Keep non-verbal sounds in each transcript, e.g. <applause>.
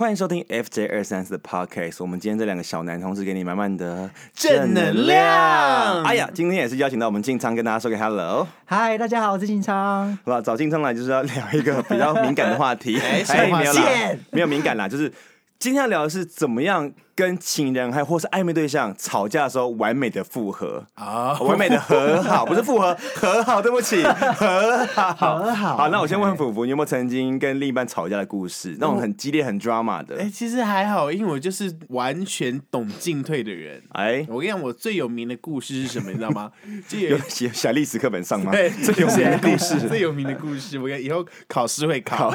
欢迎收听 FJ 二三四的 Podcast。我们今天这两个小男同志给你满满的正能量哎呀，今天也是邀请到我们进仓跟大家说个 Hello。嗨，大家好，我是金昌。好吧，找进仓来就是要聊一个比较敏感的话 <laughs> 题。哎什么没有啦贱，没有敏感啦，就是今天要聊的是怎么样跟情人还或是暧昧对象吵架的时候完美的复合哦啊，完美的和 <laughs> 好，不是复合，和好，对不起，和好，和好好，那我先问福福，你有没有曾经跟另一半吵架的故事？那种很激烈、很 drama 的哎、？其实还好，因为我就是完全懂进退的人。哎，我跟你讲，我最有名的故事是什么，你知道吗？就 <laughs> 有有写小历史课本上吗？对最有名的故事。最有名的故事，我跟以后考试会考。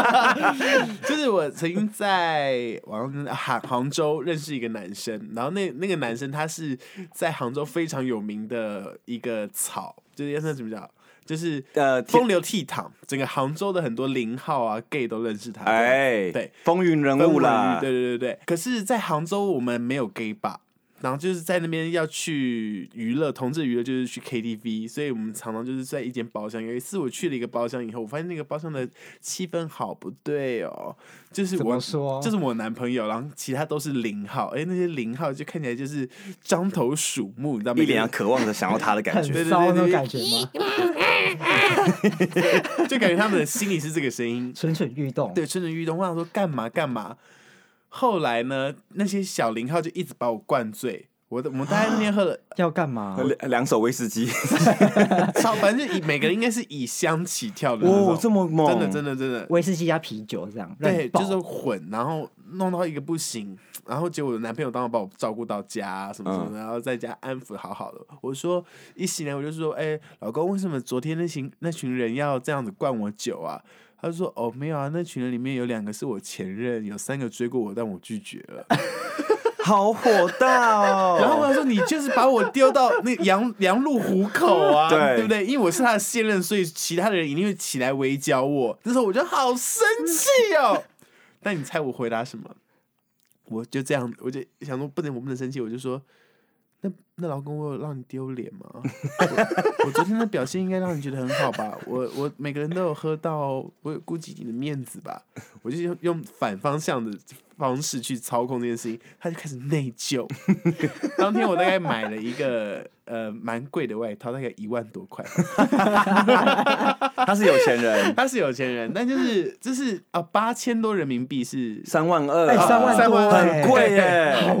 <laughs> 就是我曾经在杭杭杭州认识一个男生，然后那那个男生他是在杭州非常有名的一个草，就是要那怎么讲？就是呃天风流倜傥，整个杭州的很多零号啊 gay 都认识他。哎，对，风云人分物文啦娱，对对对对。可是，在杭州我们没有 gay bar，然后就是在那边要去娱乐，同志娱乐就是去 KTV，所以我们常常就是哎在一间包厢。有一次我去了一个包厢以后，我发现那个包厢的气氛好不对哦，就是怎我么说就是我男朋友，然后其他都是零号，哎，那些零号就看起来就是獐头鼠目，你知道吗？一脸要渴望着想要他的感觉。很对骚对那种对感觉吗？就感觉他们的心里是这个声音。蠢蠢欲动。对，蠢蠢欲动。我想说干嘛干嘛。后来呢，那些小零号就一直把我灌醉。我的我们大概那天 <laughs> 喝了要干嘛？两两手威士 <laughs> 忌，超，反正就以每个人应该是以香起跳的那种。哦，这么猛，真的真的真的，威士忌加啤酒这样，乱对，爆就是混，然后弄到一个不行，然后结果我男朋友当然把我照顾到家，啊什么嗯什么的，然后在家安抚好好的。我说一醒来我就说，哎、老公，为什么昨天那群那群人要这样子灌我酒啊？他就说，哦，没有啊，那群人里面有两个是我前任，有三个追过我，但我拒绝了。好火大哦。然后我想说，你就是把我丢到那羊 <laughs> 羊入虎口啊，对对不对？因为我是他的现任，所以其他的人一定会起来围剿我。那时候我就好生气哦。但你猜我回答什么？我就这样，我就想说，不能，我不能生气，我就说。那那老公，我有让你丢脸吗？我我昨天的表现应该让你觉得很好吧？ <laughs> 我我每个人都有喝到哦，我有顾及你的面子吧？我就用用反方向的方式去操控这件事情，他就开始内疚。当天我大概买了一个呃蛮贵的外套，大概一万多块。 <laughs> 他是有钱人，他是有钱人，但就是就是啊八千多人民币是三万二，哎三万多很贵好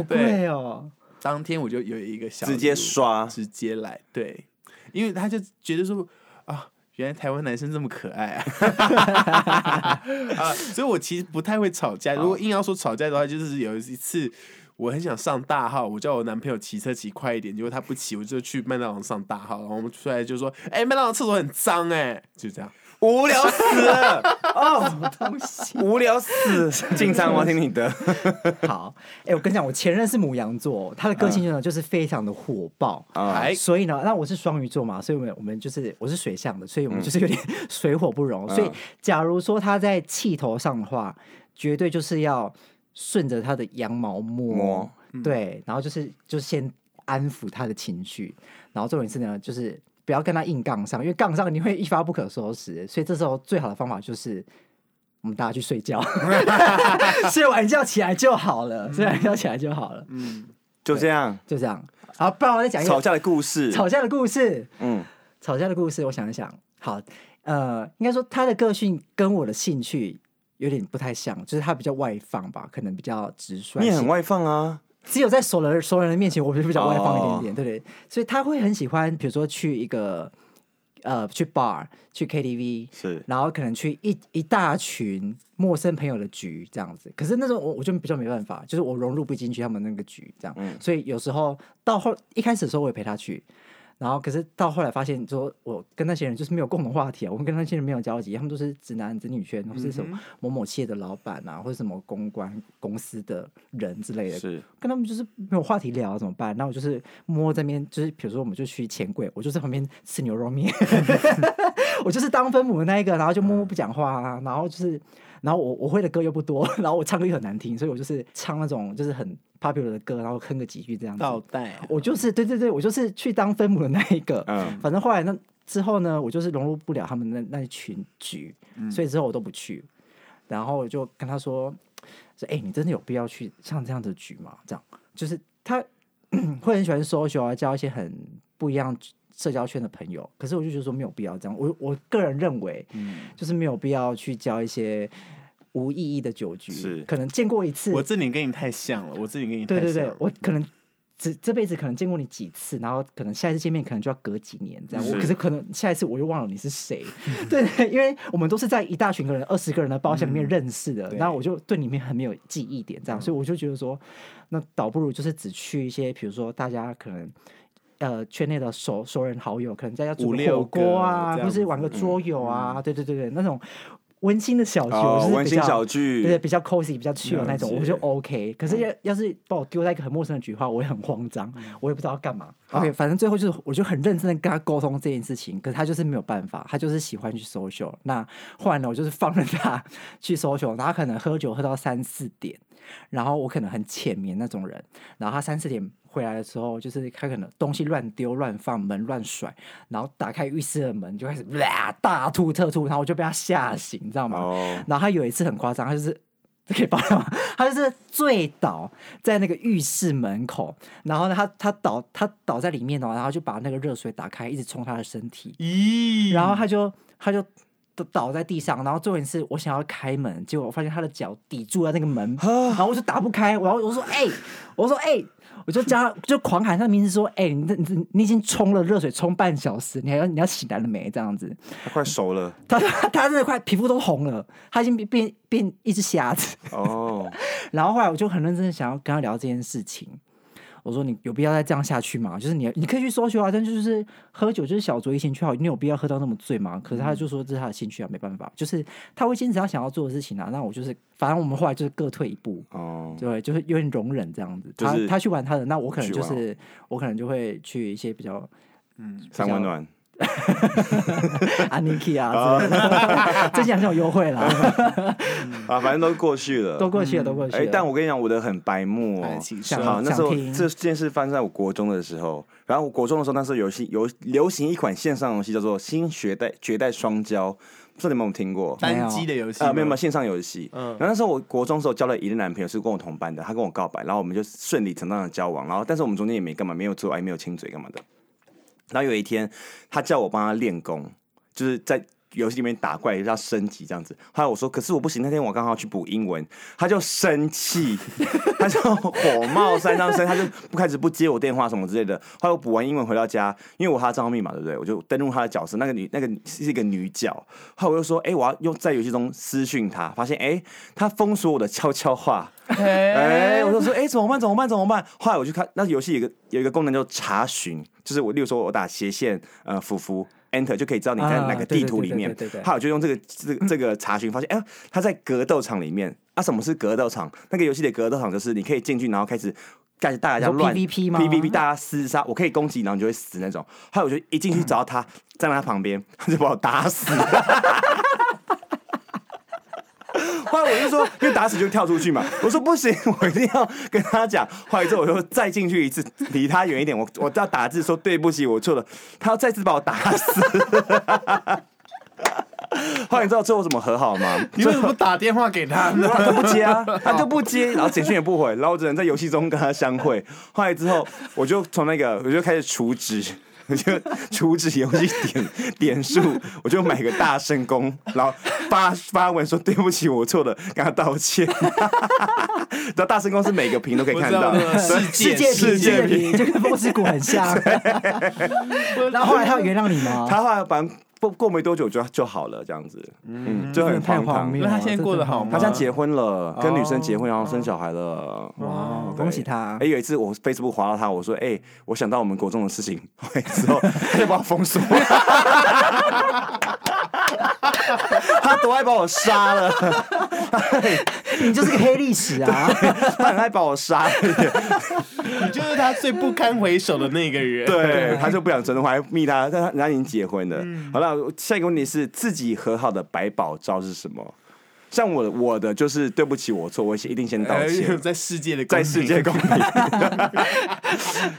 <laughs> 耶，贵哦。当天我就有一个小直接礼物 <laughs> 刷直接来，对，因为他就觉得说啊，原来台湾男生这么可爱啊， <laughs> 啊，所以我其实不太会吵架。如果硬要说吵架的话，就是有一次我很想上大号，我叫我男朋友骑车骑快一点，结果他不骑，我就去麦当劳上大号，然后我们出来就说，哎、麦当劳厕所很脏哎、就这样。无聊死 <laughs> 了，哦，无聊死，进仓，我要听你的，好，哎、我跟你讲，我前任是母羊座，他的个嗯性呢就是非常的火爆。啊，哎所以呢，那我是双鱼座嘛，所以我们我们就是我是水象的，所以我们嗯就是有点 <laughs> 水火不容。所以，假如说他在气头上的话，绝对就是要顺着他的羊毛摸摸，嗯对，然后就是就先安抚他的情绪，然后重点是呢，就是不要跟他硬杠上，因为杠上你会一发不可收拾。所以这时候最好的方法就是。我们大家去 <laughs> 睡觉，睡完觉起来就好了，睡完觉起来就好了，就这样，就这样。好，不然我再哎讲一个吵架的故事，吵架的故事。嗯，吵架的故事，我想一想，好，呃，应该说他的个性跟我的兴趣有点不太像，就是他比较外放吧，可能比较直率。你也很，外放啊，只有在熟人熟人的面前，我就比较外放一哦点点，对不对？所以他会很喜欢，比如说去一个呃去 bar 去 KTV，是然后可能去一一大群陌生朋友的局这样子。可是那种我我就比较没办法，就是我融入不进去他们那个局这样。所以有时候到后一开始的时候我也陪他去，然后可是到后来发现说我跟那些人就是没有共同话题啊，我们跟那些人没有交集，他们都是直男直女圈或是什么某某企业的老板啊，或者什么公关公司的人之类的，是，跟他们就是没有话题聊、怎么办？那我就是摸这边，就是比如说我们就去钱柜，我就在旁边吃牛肉面， <laughs> 我就是当分母的那一个，然后就默默不讲话啊，然后就是，然后我我会的歌又不多，然后我唱歌又很难听，所以我就是唱那种就是很 popular 的歌，然后哼个几句这样子。倒带，我就是对对对，我就是去当分母的那一个。嗯反正后来那之后呢，我就是融入嗯不了他们那那一群局，所以之后我都不去。然后我就跟他说，说：“哎、你真的有必要去像这样的局吗？”这样就是他 <clears throat> 会很喜欢 social 啊，交一些很不一样社交圈的朋友。可是我就觉得说没有必要这样，我我个人认为，嗯就是没有必要去交一些无意义的酒局，是可能见过一次，我这点跟你太像了，我这点跟你太对对像对了，我可能这这辈子可能见过你几次，然后可能下一次见面可能就要隔几年这样。我是可是可能下一次我又忘了你是谁， <laughs> 对，对因为我们都是在一大群个人、二十个人的包厢里面认识的，嗯对嗯然后我就对里面很没有记忆点，这样，所以我就觉得说，那倒不如就是只去一些，比如说大家可能。呃，圈内的熟熟人好友，可能在家煮五个六火锅啊，个这样嗯或是玩个桌游啊，对对对对，那种温馨的小局，我就是哦，比温馨较小聚，对，比较 cozy、比较 chill 了那种，解我就 OK。可是要要是把我丢在一个很陌生的局的话，我也很慌张，我也不知道要干嘛。OK，反正最后就是，我就很认真的跟他沟通这件事情，可是他就是没有办法，他就是喜欢去 social。那后来呢，我就是放任他 <laughs> 去 social，然后他可能喝酒喝到三四点，然后我可能很浅眠那种人，然后他三四点。回来的时候，就是他可能东西乱丢、乱放、门乱甩，然后打开浴室的门就开始哇大吐特吐，然后我就被他吓醒，你知道吗？哦，然后他有一次很夸张，他就是。这可以爆料吗？ <laughs> 他就是醉倒在那个浴室门口，然后呢，他他倒他倒在里面哦，然后就把那个热水打开，一直冲他的身体， <laughs> 咦，然后他就他就倒倒在地上，然后重点是我想要开门，结果我发现他的脚抵住了那个门，然后我就打不开，然后我说哎、我说哎、我就叫他就狂喊他的名字说哎、你这你这你已经冲了热水冲半小时，你还要你要起来了没？这样子，他快熟 <laughs> 了他他他真的快皮肤都红了，他已经变变变一只瞎子。哦，然后后来我就很认真的想要跟他聊这件事情，我说你有必要再这样下去吗？就是你你可以去搜寻啊，但就是喝酒就是小酌怡情趣好，你有必要喝到那么醉吗？可是他就说这是他的兴趣啊，没办法，就是他会坚持他想要做的事情啊。那我就是反正我们后来就是各退一步，哦，对，就是有点容忍这样子。就是他他去玩他的，那我可能去就玩哦是我可能就会去一些比较三温暖， Aniki 啊之类 <laughs> 的，最近好像有优 <laughs> 惠啦，啊，反正都过去了， <laughs> 都过去了，都过去哎、了。但我跟你讲，我的很白目哎哦请。说好，那时候想听这件事发生在我国中的时候，然后我国中的时候，那时候有新有流行一款线上游戏叫做《新学代绝代双骄》，不知道你们有没有听过？单机的游戏啊，没有没有吗线上游戏。嗯然后那时候我国中的时候交了一任男朋友，是跟我同班的，他跟我告白，然后我们就顺理成章的交往，然后但是我们中间也没干嘛，没有做爱，没有亲嘴干嘛的。然后有一天，他叫我帮他练功，就是在游戏里面打怪，要升级这样子。后来我说，可是我不行，那天我刚好去补英文，他就生气，他就火冒三丈生，他就不开始不接我电话什么之类的。后来我补完英文回到家，因为我有他的账号密码对不对？我就登录他的角色，那个女那个是一个女角。后来我就说，哎、我要用在游戏中私讯他，发现哎、他封锁我的悄悄话。哎、我就说，哎、怎么办？怎么办？怎么办？后来我去看，那游戏有一个有一个功能叫查询，就是我，例如说我打斜线，呃，符符 Enter 就可以知道你在啊哪个对地对图对里对面。对对对后来我就用这个这嗯个这个查询，发现，哎、他在格斗场里面。啊，什么是格斗场？那个游戏的格斗场就是你可以进去，然后开始。开始大家你说乱 PVP 吗 PVP 大家厮杀，我可以攻击，然后你就会死那种。后来我就一进去找到他，站在他旁边，他就把我打 <laughs> 死。后来我就说，因为打死就跳出去嘛，我说不行，我一定要跟他讲。后来之后我就再进去一次，离他远一点，我我要打字说对不起，我错了，他要再次把我打死。 <laughs> 后来你知道最后怎么和好吗？你为什么不打电话给他 <laughs> 呢？他不接啊，他就不接，然后简讯也不回，然后我只能在游戏中跟他相会。后来之后，我就从那个我就开始除职，我 <laughs> 就除职游戏点点数，我就买个大圣功，然后发发文说对不起，我错了，跟他道歉。 <laughs> 然后大圣功是每个屏都可以看到我知道我的，知道世界世世界界屏屏就跟风之谷很 <laughs> 像。然后后来他有原谅你吗？他后来反正过过没多久就就好了，这样子，嗯，就很太荒荒唐。谬那了。他现在过得好吗他现在结婚了，跟女生结婚，然后生小孩了。哇对恭喜他哎，！有一次我 Facebook 划到他，我说：“哎，我想到我们国中的事情。” <laughs> 之后他就把我封锁， <laughs> 他多爱把我杀了， <laughs> 你就是个黑历史啊！ <laughs> 他很爱把我杀。你就是他最不堪回首的那个 <laughs> 人。对，他就不想承认，我还密他，但他人家已经结婚了。嗯好了，下一个问题是自己和好的百宝招是什么？像我我的就是对不起，我错，我一定先道 <laughs> 呃，歉， <laughs> 在世界的公在平世界公平。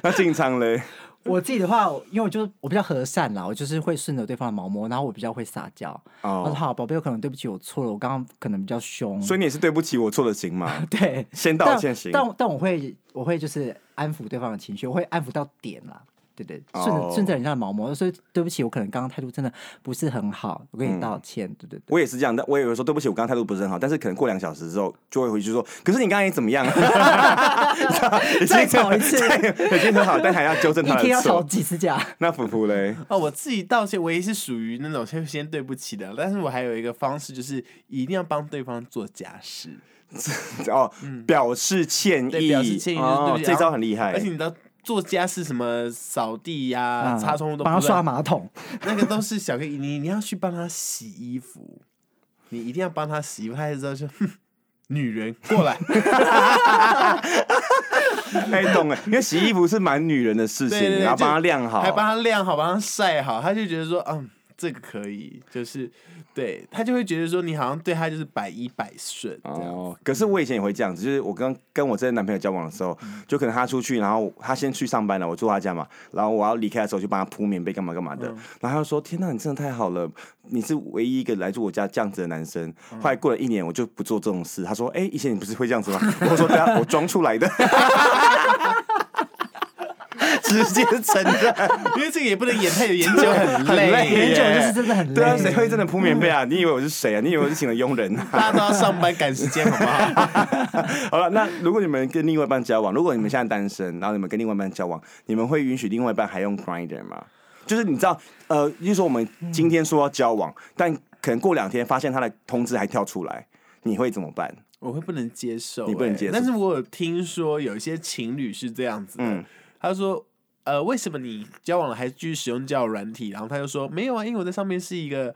那进仓嘞，我自己的话，因为我就是我比较和善啦，我就是会顺着对方的毛摸，然后我比较会撒娇。我说哦，好，宝贝，我可能对不起，我错了，我刚刚可能比较凶。？所以你也是对不起我错的行吗 <laughs> 对，先道但歉行，但但我会我会就是安抚对方的情绪，我会安抚到点啦。对对，顺哦着顺着人家的毛毛，所以对不起，我可能刚刚态度真的不是很好，我嗯跟你道歉。对对对，我也是这样，但我也有时候对不起，我刚刚态度不是很好，但是可能过两小时之后就会回去说，可是你刚才怎么样？已经再吵一次再 <laughs> 已经很好，但还要纠正一他天的要吵错。几次架？那福福嘞， <laughs> <laughs> 哦，我自己道歉，我也是属于那种先先对不起的，但是我还有一个方式，就是一定要帮对方做家事，哦，表示歉嗯对意，表示歉意就是对哦不，起这然后招很厉害而。且你知道做家事什么扫地呀、啊擦窗户都不帮他算刷 <laughs> 马桶，那个都是小 K，你你要去帮他洗衣服，你一定要帮他洗衣服，他才知道说，哼女人过来，哎，懂了，因为洗衣服是蛮女人的事对对情，对然后帮她就晾好，还帮他晾好，帮他晒好，他就觉得说，嗯，这个可以，就是对他就会觉得说，你好像对他就是百依百顺这样。嗯哦，可是我以前也会这样子，就是我刚跟我这个男朋友交往的时候，就可能他出去，然后他先去上班了，我住他家嘛，然后我要离开的时候就帮他铺棉被，干嘛干嘛嗯的，然后他就说：“天哪，你真的太好了，你是唯一一个来住我家这样子的男生。”嗯后来过了一年，我就不做这种事。他说：“哎，以前你不是会这样子 <laughs> 吗？”我说：“对啊，我装出来的。”直接承认， <laughs> 因为这个也不能演太有研究，很很累耶研累，究就是真的很对啊，谁累。会嗯真的铺棉被啊？你以为我是谁啊？你以为我是请了佣人啊？大家都要上班赶时间，好不好？好了，那如果你们跟另外一半交往，如果你们现在单身，然后你们跟另外一半交往，你们会允许另外一半还用 Grinder 吗？就是你知道，呃，例如说我们今天说要交往，但可能过两天发现他的通知还跳出来，你会怎么办？ <laughs> 我会不能接受、你不能接受欸但是我有听说有一些情侣是这样子的，嗯他说。呃，为什么你交往了还继续使用交友软体？然后他就说没有啊，因为我在上面是一个，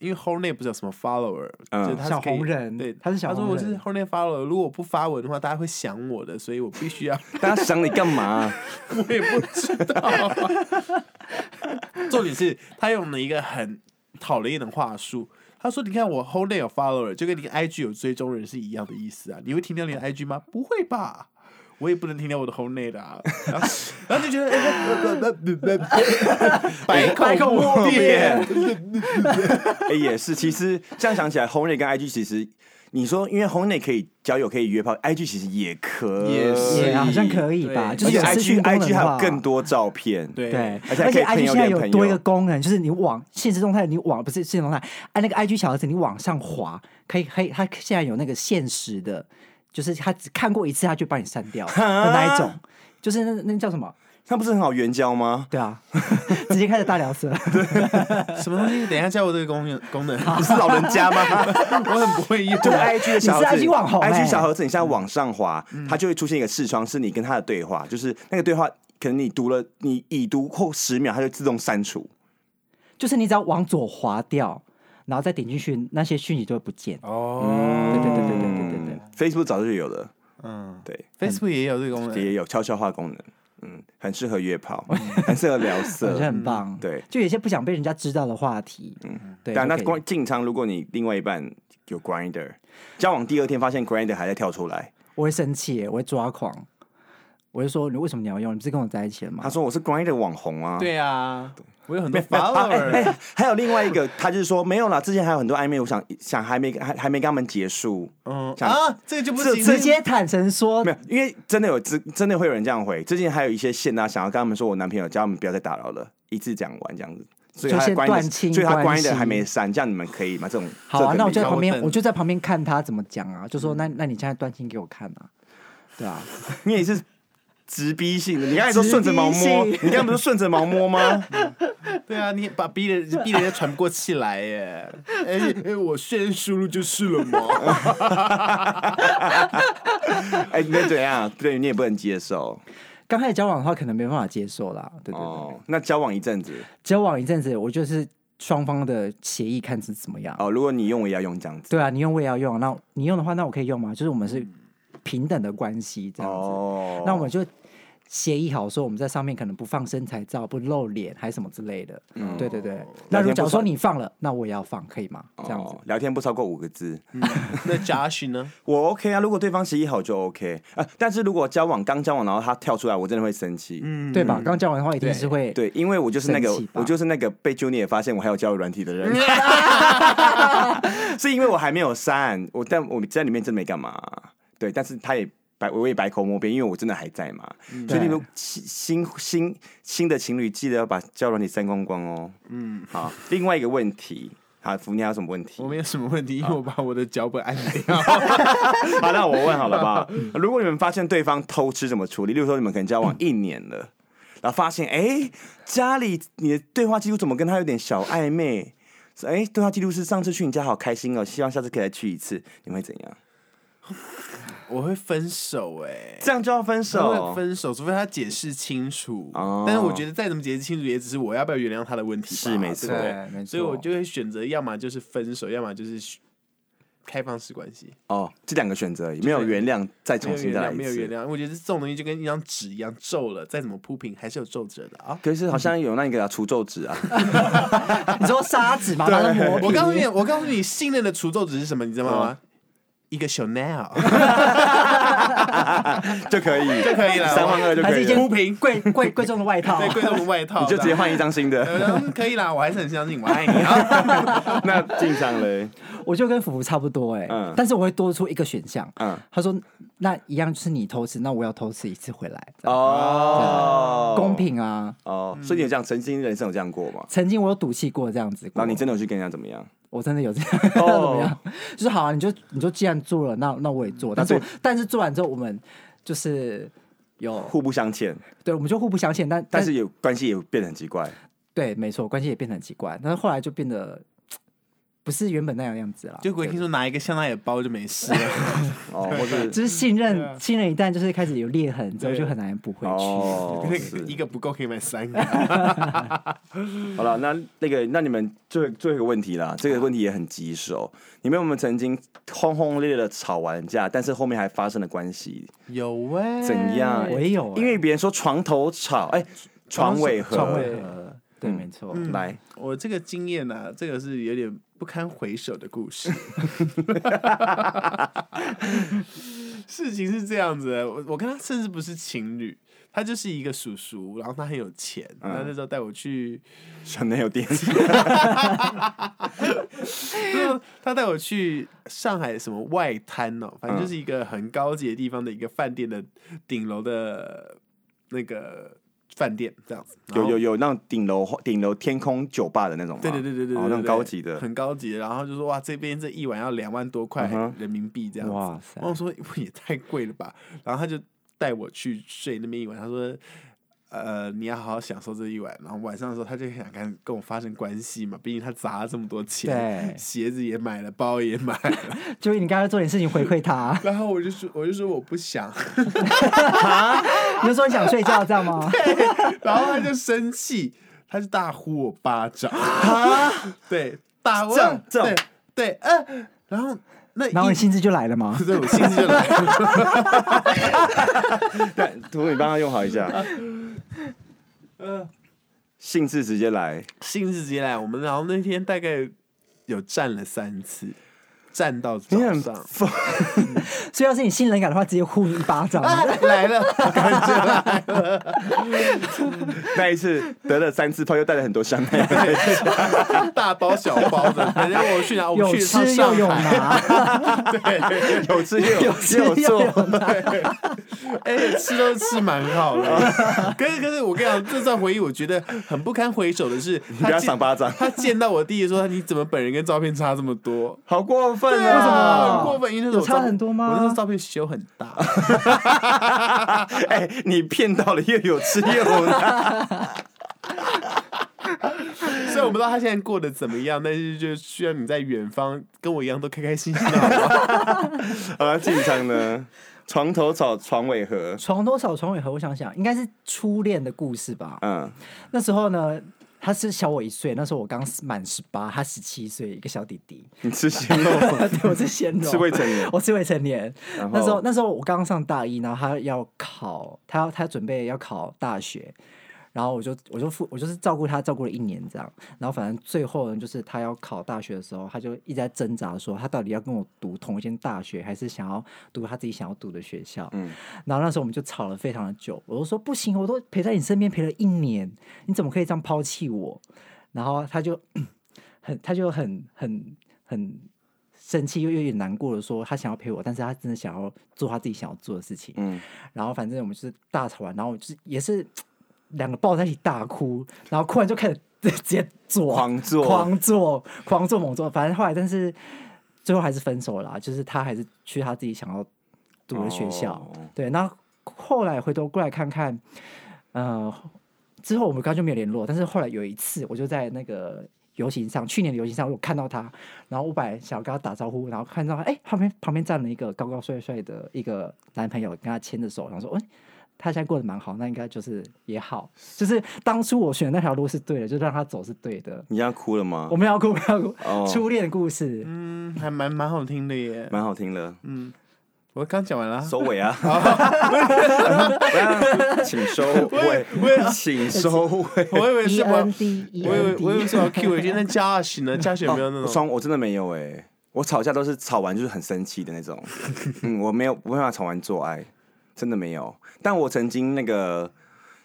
因为 Hornet 不是有什么 follower，、嗯就是他是小可以红人对，他是小他说我红人是 Hornet follower，如果我不发文的话，大家会想我的，所以我必须要，大家想你干嘛、 <laughs> 我也不知道。重点是他用了一个很讨人厌的话术，他说：“你看我 Hornet 有 follower，就跟你 IG 有追踪人是一样的意思啊，你会停掉你的 IG 吗？不会吧。”我也不能停掉我的 Hornet 的啊，然后然后就觉得哎百百口口莫莫辩辩，哎，也是，其实这样想起来，Honey 跟 IG 其实，你说因为 Honey 可以交友可以约炮，IG 其实也可以，也是也好像可以吧，对就而是且有私 IG 讯功能的 IG 还有话更多照片，对对，而且还而可以且朋 IG 友现在变有朋多一友个功能，就是你往现实动态，你往不是现实动态，啊按那个 IG 小盒子，你往上滑，可以可以，它现在有那个限时的，就是他只看过一次，他就把你删掉的那一种，就是那那叫什么？那不是很好援交吗？对啊， <laughs> 直接开始大聊色。什么东西？等一下教我这个功能功能，你是老人家吗？我很不会用。 <laughs> 就 <laughs> IG 的小盒你子是 IG 网红欸 IG 小盒子，你现在往上滑，它就会出现一个视窗，是你跟他的对话，就是那个对话，可能你读了，你已读后十秒，它就自动删除。就是你只要往左滑掉，然后再点进去，那些讯息就会不见。哦，对对对对对对对对。嗯 Facebook 早就有了，嗯对， ，Facebook 也有这个功能，也有悄悄话功能，嗯，很适合约炮， <laughs> 很适合聊我觉得色。很棒，对就有一些不想被人家知道的话题，嗯，对，但那就可以关进仓，如果你另外一半有 Grinder，交往第二天发现 Grinder 还在跳出来，我会生气耶，我会抓狂，我就说你为什么你要用？你不是跟我在一起了吗他？说我是 Grinder 网红啊，对啊，我有很多啊哎 follower，哎还有另外一个，他就是说没有啦，之前还有很多暧昧，我想想还没还还没跟他们结束，嗯想啊，这个就不这行，直接坦诚说没，有，因为真的有真真的会有人这样回。最近还有一些线啊，想要跟他们说，我男朋友叫他们不要再打扰了，一次讲完这样子。所以就他的先关断系，亲所以他关系关系的还没删，这样你们可以吗？这种好啊，那我就就在旁高边，登我就在旁边看他怎么讲嗯啊，就说那那你现在断亲给我看啊，对啊，你也是直逼性的，你刚才说顺着毛直摸，逼你性刚才不是顺着毛 <laughs> 摸吗？对啊，你把逼人逼人家喘不过气来耶！哎、哎，我先输入就是了 <laughs> 嘛。哎，你能怎样？对你也不能接受刚开始交往的话可能没办法接受啦，对对对，哦。那交往一阵子交往一阵子，我就是双方的协议看是怎么样，哦，如果你用我也要用这样子对啊，你用我也要用，那你用的话，那我可以用吗？就是我们是平等的关系这样子，嗯哦。那我们就协议好说我们在上面可能不放身材照、不露脸还是什么之类的。嗯对对哦对。聊那如天果不假如说算你放了，那我也要放，可以吗？这样子。哦聊天不超过五个字，那 Josh 呢？我 OK 啊。如果对方协议好就 OK 啊，但是如果交往刚交往，然后他跳出来，我真的会生气。嗯，对吧？刚讲完的话一定对是会对，因为我就是那个生气，吧我就是那个被 Junior 发现我还有交友软体的 <laughs> 人， <laughs> 是因为我还没有删，我但我在里面真没干嘛，对，但是他也白我也百口莫辩，因为我真的还在嘛，嗯所以你们新新新新的情侣记得要把交友软体删光光哦。嗯，好，另外一个问题，好，福尼还有什么问题我？没有什么问题，因为我把我的脚本按 <laughs> 掉。好，那我问好了 <laughs> 吧？如果你们发现对方偷吃怎么处理？例如说你们可能交往一年了，然后发现哎、家里你的对话记录怎么跟他有点小暧昧？是哎、对话记录是上次去你家好开心哦，希望下次可以来去一次，你们会怎样？我会分手哎、这样就要分他会手？分手，除非他解释清楚。哦但是我觉得再怎么解释清楚，也只是我要不要原谅他的问题吧。是没错对不对对没错所以我就会选择，要么就是分手，要么就是开放式关系。哦，这两个选择而已，没有原谅，再没重有新原再来谅，一没有原次。谅。我觉得这种东西就跟一张纸一样皱了，再怎么铺平还是有皱褶的啊。可是好像有那个啊除皱纸啊，你说沙子 <laughs> 嘛，把它磨 <laughs> 我告诉平你，我告诉你，信任的除皱纸是什么，你知道吗？一个 Chanel <laughs> 就可以，就可以了三万二就还可是一以 <laughs> 件了，贵贵贵贵重的外套对，，贵重的外 <laughs> 套，你就直接换一张新这的。样。嗯可以啦，我还是很相信我爱你啊。 <laughs> <laughs> 那进上嘞，我就跟福福差不多哎、嗯但是我会多出一个选项。嗯，他说那一样是你偷吃，那我要偷吃一次回来，哦，公平啊。哦，嗯所以你有这样，曾经人生有这样过吗？曾经我有赌气过这样子过，然后你真的有去跟人家怎么样？我真的有这样， <laughs> 哦那怎么样？就是好啊，你就你就既然做了，那那我也做，但是我但是做完之后，我们就是有互不相欠，对，我们就互不相信，但但但是有关系也变得很奇怪。对，没错，关系也变得很奇怪，但是后来就变得不是原本那样样子了，就鬼听说拿一个香奈儿包就没事了。 <laughs> 哦，或是就是信啊任，信任一旦就是开始有裂痕之后，就很难补回去。 <laughs> 哦，是一个不够可以买三 <laughs> 个。好了，那那个，那你们最最后一个问题啦，这个问题也很棘手。你们有没有曾经轰轰烈烈的吵完架，但是后面还发生了关系？有哎、怎样？我也有啊欸因为别人说床头吵，哎，床尾和，床尾嗯和，对，没错。来，我这个经验呢、这个是有点不堪回首的故事。 <laughs> 事情是这样子的，我我跟他甚至不是情侣，他就是一个叔叔，然后他很有钱，他那时候带我去，小男友 <laughs> 电视，他带我去上海什么外滩哦，反正就是一个很高级的地方的一个饭店的顶楼的那个饭店这样子，然后有有有那种顶楼顶楼天空酒吧的那种吗，对对对对对，哦，对那种对高级的，很高级的。然后就说哇，这边这一晚要两万多块嗯哼人民币这样子。哇塞哦我想说 <laughs> 哇也太贵了吧。然后他就带我去睡那边一晚，他说。呃，你要好好享受这一晚。然后晚上的时候，他就想跟跟我发生关系嘛，毕竟他砸了这么多钱对，鞋子也买了，包也买了。 <laughs>，就是你刚刚做点事情回馈他 <laughs> 然后我就说，我就说我不想， <laughs> 你就说你想睡觉，这 <laughs> 样吗？然后他就生气，他就大呼我巴掌， <laughs> 对，大啊这样这对样对，呃，然后那然后一你兴致就来了吗？ <laughs> <laughs> 对，我兴致就来了。对，图你帮他用好一下。兴致直接来，兴致直接来，我们然后那天大概有站了三次，站到早你很上。疯，所以要是你信任感的话，直接呼你一巴掌。啊 <laughs> 来了，那一次得了三次炮，又带了很多香奈儿。大包小包的，反正我去哪，我们有去趟吃又上有海，拿， <laughs> 有吃又有吃又做，有拿，哎、吃都吃蛮好的。 <laughs> 可是可是我跟你讲，这段回忆我觉得很不堪回首的是，你他给他见赏巴掌他见到我弟弟说：“你怎么本人跟照片差这么多？”好过分为什么啊！很过分？因为那时有候我照差很多吗我那时候照片修很大，哎、你骗到了，又有吃又有拿。虽然我不知道他现在过得怎么样，但是就需要你在远方跟我一样都开开心心的 <laughs> 好吗。好了，进场呢，床头吵，床尾和。床头吵，床尾和。我想想，应该是初恋的故事吧。嗯，那时候呢，他是小我一岁，那时候我刚满十八，他十七岁，一个小弟弟。 <laughs> 你吃鲜肉对，我是鲜肉，是未成年我是未成年。然后那时候那时候我刚上大一，然后他要考，他要他准备要考大学，然后我就我就负我就是照顾他照顾了一年这样，然后反正最后呢，就是他要考大学的时候，他就一直在挣扎说他到底要跟我读同一间大学，还是想要读他自己想要读的学校。嗯，然后那时候我们就吵了非常的久，我就说不行，我都陪在你身边陪了一年，你怎么可以这样抛弃我？然后他就很他就很很很生气又又有点难过的说，他想要陪我，但是他真的想要做他自己想要做的事情。嗯，然后反正我们就是大吵完，然后我就是也是两个抱在一起大哭，然后哭完就开始 <laughs> 直接做狂做狂做、狂做猛做，反正后来但是最后还是分手了啦，就是他还是去他自己想要读的学校。哦对，那后来回头过来看看，呃，之后我们刚刚就没有联络，但是后来有一次，我就在那个游行上，去年的游行上，我看到他，然后我本来想要跟他打招呼，然后看到他，哎、旁边旁边站了一个高高帅帅的一个男朋友，跟他牵着手，然后说，哎、他现在过得蛮好，那应该就是也好，就是当初我选的那条路是对的，就让他走是对的。你这样哭了吗我？们要哭，我们要哭，哦初恋故事，嗯，还蛮蛮好听的耶。蛮好听的，嗯，我刚讲完了啊。收尾啊！请收尾我也，请收尾。我以为是 E 我 N，D E 我以为 N 我以为 D，是我要 Q 我现在 Josh 呢？Josh 有没有那 <laughs> 哦种？双我真的没有哎、我吵架都是吵完就是很生气的那 <laughs> 种，嗯，我没有没办法吵完做爱，真的没有。但我曾经那个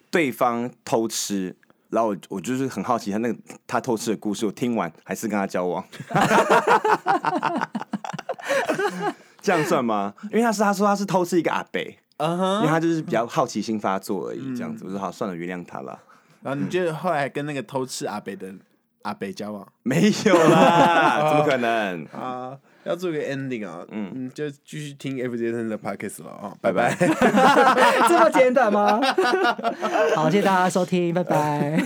对方偷吃，然后我我就是很好奇他那个他偷吃的故事，我听完还是跟他交往， <laughs> 这样算吗？因为他是他说他是偷吃一个阿北，嗯因哼，嗯为他就是比较好奇心发作而已，这样子，我说好算了，原谅他了。然后你就后来跟那个偷吃阿北的阿北交往 <laughs> 没有 <laughs> 啦，怎么可能？啊？要做个 ending 啊，嗯，就继续听 Every Day 的 podcast 了啊，拜拜拜。啊 <laughs> 这么简短吗？好，谢谢大家收听，拜拜。